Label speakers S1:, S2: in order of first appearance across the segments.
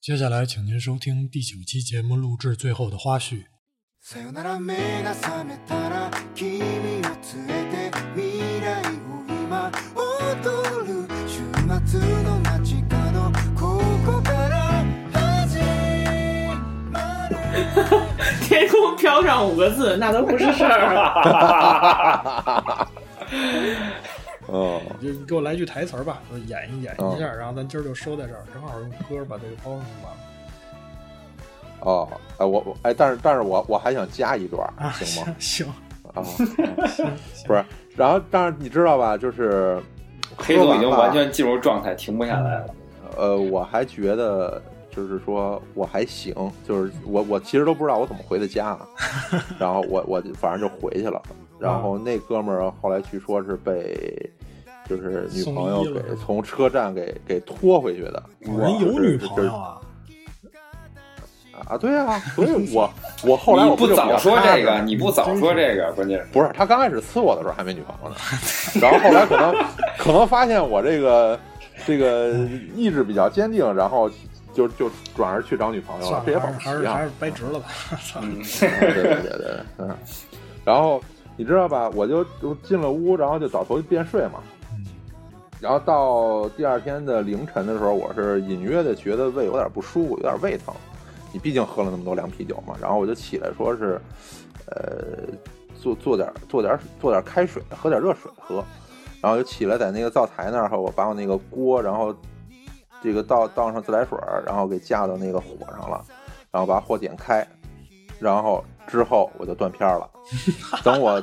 S1: 接下来，请您收听第九期节目录制最后的花絮。
S2: さよなら目が覚めたら君を連れて未来を今踊る週末の街角ここから始まる
S3: 天空飘上五个字，那都不是事儿了。
S4: 哦，
S5: 就你给我来句台词儿吧，就是演一演
S4: 嗯
S5: 一下，然后咱今儿就收在这儿，正好用歌把这个包上就完了。
S4: 哦，哎，我我哎，但是但是我我还想加一段儿，
S5: 啊，
S4: 行吗？
S5: 行行，
S4: 啊，不是，然后但是你知道吧，就是
S6: 黑
S4: 说
S6: 总已
S4: 完
S6: 经
S4: 了
S6: 完全进入状态，停不下来了。
S4: 呃，我还觉得就是说我还行，就是我我其实都不知道我怎么回的家， 然后我我就反正就回去了。
S5: 啊
S4: 然后那哥们儿后来据说是被就是女朋友
S5: 送医了是
S4: 给
S5: 吧
S4: 从车站给给拖回去的。
S5: 人有
S4: 就是
S5: 女朋友啊，
S4: 啊？对啊，所 以我我 后来我
S6: 你不
S4: 就比较
S6: 早说
S4: 踏实
S6: 这个，你不早说这个，关键是
S4: 不是，他刚开始呲我的时候还没女朋友呢，然后后来可能可能发现我这个这个意志比较坚定，然后就就转而去找女朋友了
S5: 算，
S4: 这也
S5: 了，
S4: 保
S5: 还是还
S4: 持
S5: 是还
S4: 啊，
S5: 是掰直了吧。操，
S4: 对对对对，对嗯，然后你知道吧，我就就进了屋，然后就倒头就便睡嘛，
S5: 嗯
S4: 然后到第二天的凌晨的时候，我是隐约的觉得胃有点不舒服，有点胃疼。你毕竟喝了那么多凉啤酒嘛，然后我就起来说是，呃，做做点做点做点开水，喝点热水喝，然后就起来在那个灶台那儿，我把我那个锅，然后这个倒倒上自来水儿，然后给架到那个火上了，然后把火点开，然后之后我就断片儿了。等我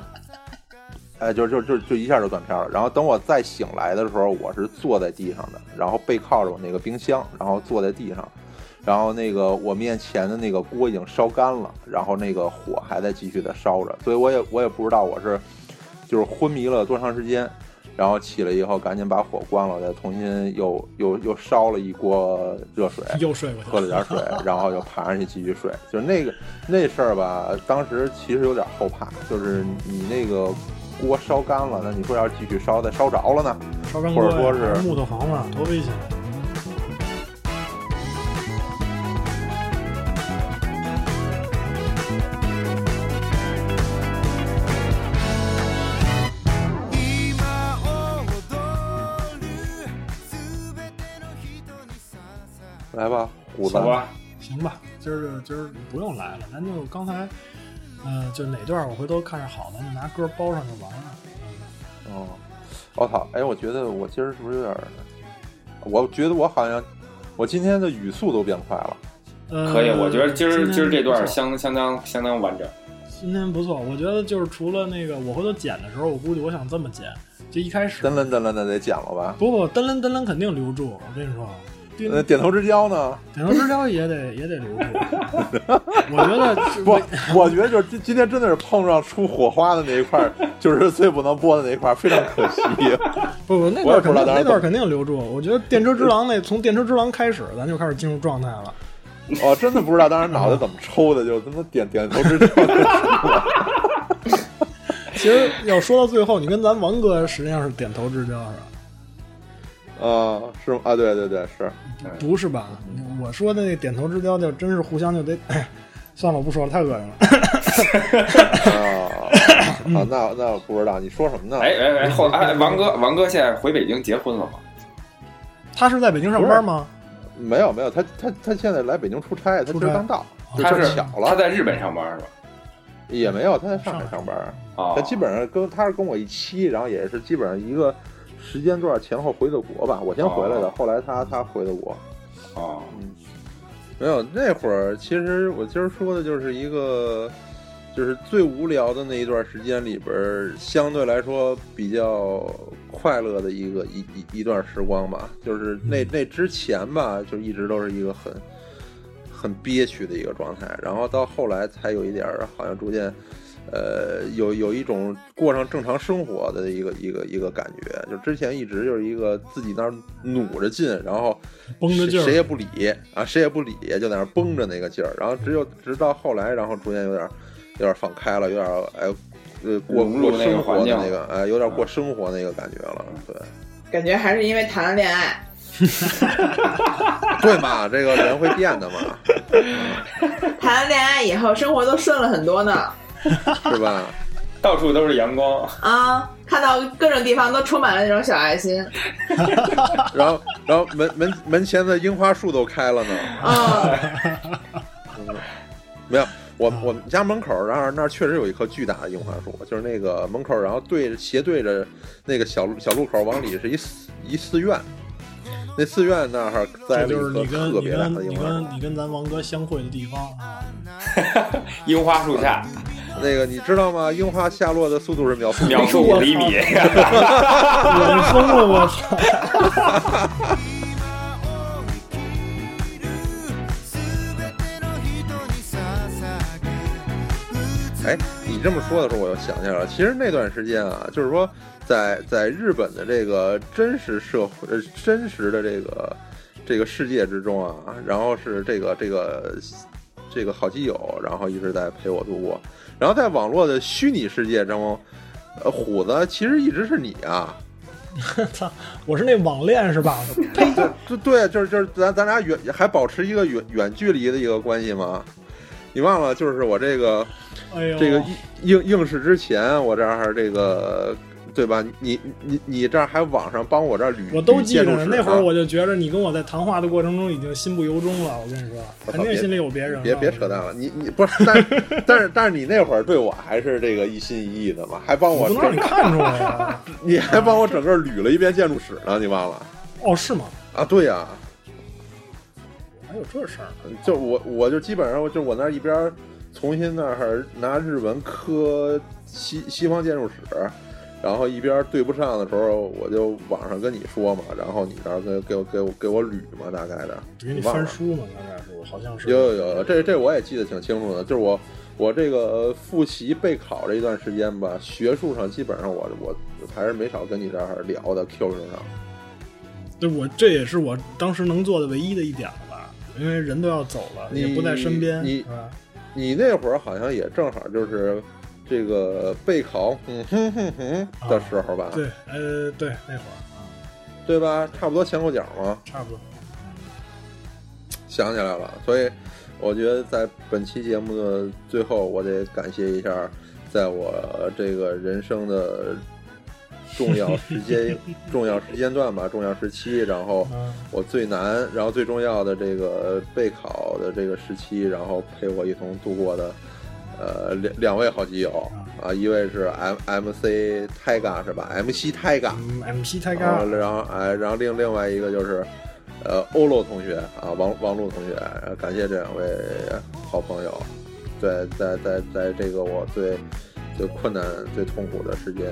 S4: 哎，就就就就一下就断片了。然后等我再醒来的时候，我是坐在地上的，然后背靠着我那个冰箱，然后坐在地上，然后那个我面前的那个锅已经烧干了，然后那个火还在继续的烧着，所以我也我也不知道我是就是昏迷了多长时间。然后起来以后，赶紧把火关了，再重新又又又烧了一锅热水，
S5: 又睡过去
S4: 喝了点水，然后就爬上去继续睡。就那个那事儿吧，当时其实有点后怕，就是你那个锅烧干了，那你说要是继续烧，再烧着了呢？
S5: 烧干
S4: 或
S5: 锅呀
S4: 者说是
S5: 还木头房子，多危险！啊
S2: 今を踊る全ての人にささ
S4: 来吧，虎子
S6: 好，吧，
S5: 行吧，今儿就今儿不用来了，咱就刚才，嗯，就哪段我回头看着好的，就拿歌包上就完了。
S4: 哦，我操，哎，我觉得我今儿是不是有点儿？我觉得我好像，我今天的语速都变快了。
S5: 嗯，
S6: 可以。
S5: 呃
S6: 我觉得今儿
S5: 天
S6: 今儿这
S5: 不
S6: 段
S5: 错
S6: 相相当相当完整。
S5: 今天不错，我觉得就是除了那个，我回头剪的时候，我估计我想这么剪，就一开始
S4: 噔楞噔楞的得剪了吧？
S5: 不不，噔楞噔楞肯定留住，我跟你
S4: 呃
S5: 说，对
S4: 那点头之交呢？
S5: 点头之交也得也得留 住。我觉得就
S4: 不，我觉得就是今今天真的是碰上出火花的那一块儿，就是最不能播的那一块儿，非常可惜。
S5: 不不，那
S4: 我
S5: 段
S4: 也不知
S5: 肯
S4: 道
S5: 定
S4: 咱
S5: 那
S4: 怎么
S5: 段肯定留住。我觉得电车之狼那从电车之狼开始，咱就开始进入状态了。
S4: 我、哦真的不知道当时脑袋怎么抽的，就他妈点点头之交。
S5: 其实要说到最后，你跟咱王哥实际上是点头之交是吧？
S4: 啊，是吗？啊，对对对，是。
S5: 不是吧？我说的那点头之交就真是互相就得，哎算了，我不说了，太恶心了。
S4: 啊，啊，那那我不知道你说什么呢？
S6: 哎，哎哎，后哎，王 哥王哥现在回北京结婚了吗？
S5: 他是在北京上班吗？
S4: 没有没有，他他他现在来北京出差，他
S5: 出
S4: 今
S5: 差
S4: 儿刚到，就
S6: 他
S4: 正
S6: 是
S4: 巧
S6: 他
S4: 了，
S6: 在日本上班是吧？
S4: 也没有，他在上海上班，
S6: 啊，
S4: 他基本上跟他是跟我一期，然后也是基本上一个时间段前后回的国吧，我先回来的，
S6: 哦
S4: 后来他他回的国。
S6: 啊，
S4: 没有，那会儿其实我今儿说的就是一个，就是最无聊的那一段时间里边儿，相对来说比较快乐的一个一一一段时光吧。就是那那之前吧，就一直都是一个很很憋屈的一个状态，然后到后来才有一点儿好像逐渐。呃，有有一种过上正常生活的一个一个一个感觉，就之前一直就是一个自己那儿努着劲，然后
S5: 绷着劲
S4: 谁谁
S5: 儿，
S4: 也不理啊，谁也不理，就在那儿绷着那个劲儿。然后只有直到后来，然后逐渐有点儿有点儿放开了，有点儿哎呃过
S6: 融入
S4: 过
S6: 那个
S4: 生活
S6: 环
S4: 的
S6: 境
S4: 那个哎，有点过生活那个感觉了。对，
S3: 感觉还是因为谈了恋爱，
S4: 对嘛，这个人会变的嘛，
S3: 谈了恋爱以后，生活都顺了很多呢。
S4: 是吧？
S6: 到处都是阳光，
S3: 啊，看到各种地方都充满了那种小爱心。
S4: 然后，然后门门门前的樱花树都开了呢。
S3: 嗯，
S5: 啊
S4: 没有，我我们家门口，然后那儿确实有一棵巨大的樱花树，就是那个门口，然后对着斜对着那个小路小路口往里是一寺一寺院，那寺院那儿
S5: 这
S4: 栽了
S5: 就是你
S4: 一棵
S5: 跟你
S4: 特别大
S5: 跟
S4: 的樱
S5: 你
S4: 花树。
S5: 跟你跟咱王哥相会的地方啊，
S6: 樱花树 下
S4: 那个你知道吗？樱花下落的速度是秒速
S6: 秒速五厘米。
S5: 我是疯了，我操！
S2: 今を生きる全ての人に捧げ
S4: 哎，你这么说的时候，我又想起来了。其实那段时间啊，就是说在，在日本的这个真实社会、呃真实的这个这个世界之中啊，然后是这个这个这个好基友，然后一直在陪我度过。然后在网络的虚拟世界中，呃，虎子其实一直是你啊，
S5: 操， 我是那网恋是吧？呸！
S4: 就对，就是就是咱咱俩远还保持一个远远距离的一个关系吗？你忘了，就是我这个
S5: 哎呦，
S4: 这个应应应试之前，我这儿这个对吧？你你你这儿还网上帮我这儿捋，
S5: 我都
S4: 捋
S5: 记着
S4: 建筑
S5: 呢。
S4: 史啊
S5: 那会儿
S4: 呢
S5: 我就觉着你跟我在谈话的过程中已经心不由衷了，我跟你说，
S4: 我操
S5: 肯定
S4: 别
S5: 心里有别人了。啊
S4: 别别扯淡了，你你不是，但是但是但是你那会儿对我还是这个一心一意的嘛，还帮
S5: 我
S4: 我
S5: 不能让
S4: 整
S5: 你看出来呀。
S4: 你还帮我整个捋了一遍建筑史呢，你忘了
S5: 哦，是吗？
S4: 啊？对呀、
S5: 还有这事儿呢？
S4: 就我我就基本上就我那儿一边儿重新那儿拿日文磕西西方建筑史，然后一边儿对不上的时候，我就网上跟你说嘛，然后你这儿给给我给我给我捋嘛，大概的。
S5: 给你
S4: 忘了
S5: 翻书嘛？刚才是我好像是
S4: 有有有，这这我也记得挺清楚的，就是我我这个呃复习备考这一段时间吧，学术上基本上我我还是没少跟你这儿聊的 QQ 上。
S5: 对我这也是我当时能做的唯一的一点了吧，因为人都要走了，
S4: 你
S5: 也不在身边，
S4: 你
S5: 是吧？
S4: 你那会儿好像也正好就是这个备考，嗯哼哼哼的时候吧，
S5: 啊对，呃，对，那会儿
S4: 对吧？差不多前后脚嘛，
S5: 差不多。
S4: 想起来了。所以我觉得在本期节目的最后，我得感谢一下，在我这个人生的重要时间、重要时间段吧，重要时期，然后
S5: 嗯，
S4: 我最难，然后最重要的这个备考的这个时期，然后陪我一同度过的，呃，两两位好基友啊，一位是 M M C Tiger 是吧？MC Tiger，
S5: 嗯，MC 太
S4: 然
S5: 尬
S4: 后，然后哎，然后另另外一个就是，呃，欧洛同学啊，王王璐同学，呃感谢这两位好朋友，对，在在在这个我最最困难、最痛苦的时间，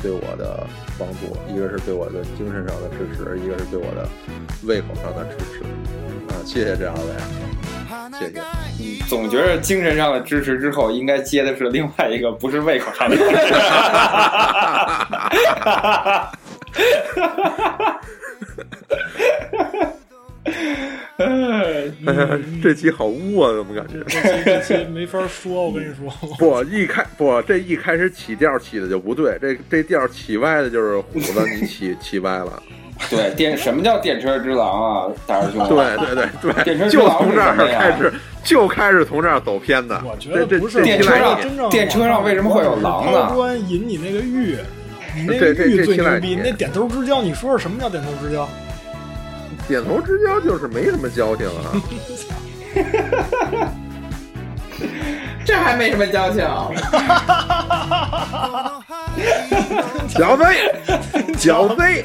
S4: 对我的帮助，一个是对我的精神上的支持，一个是对我的胃口上的支持，啊，谢谢这两位，谢谢。
S6: 总觉得精神上的支持之后，应该接的是另外一个，不是胃口上的支持。
S4: 这期好污啊，怎么感觉？
S5: 这期没法说，我跟你说，
S4: 不，一开不，这一开始起调起的就不对，这这调起歪的就是虎子，你起起歪了。
S6: 对，电什么叫电车之狼啊，大师兄？
S4: 对对对
S6: 电车之
S4: 对，就
S6: 狼
S4: 从
S6: 是
S4: 这儿
S6: 什么呀
S4: 开始，就开始从这儿走偏的。
S5: 我觉
S4: 这
S5: 得
S4: 这
S5: 不是
S4: 这
S6: 电
S4: 期
S6: 车
S4: 赖
S6: 上
S5: 我
S4: 你，
S5: 真正
S6: 电车上为什么会有狼
S5: 我只
S6: 呢
S5: 是抛砖引你那个玉，你那个
S4: 这这
S5: 玉
S4: 这
S5: 最
S4: 期
S5: 牛
S4: 来
S5: 逼。
S4: 你
S5: 那点头之交，你说说什么叫点头之交？
S4: 点头之交就是没什么交情啊。
S3: 这还没什么交情。
S4: 剿贼，剿贼，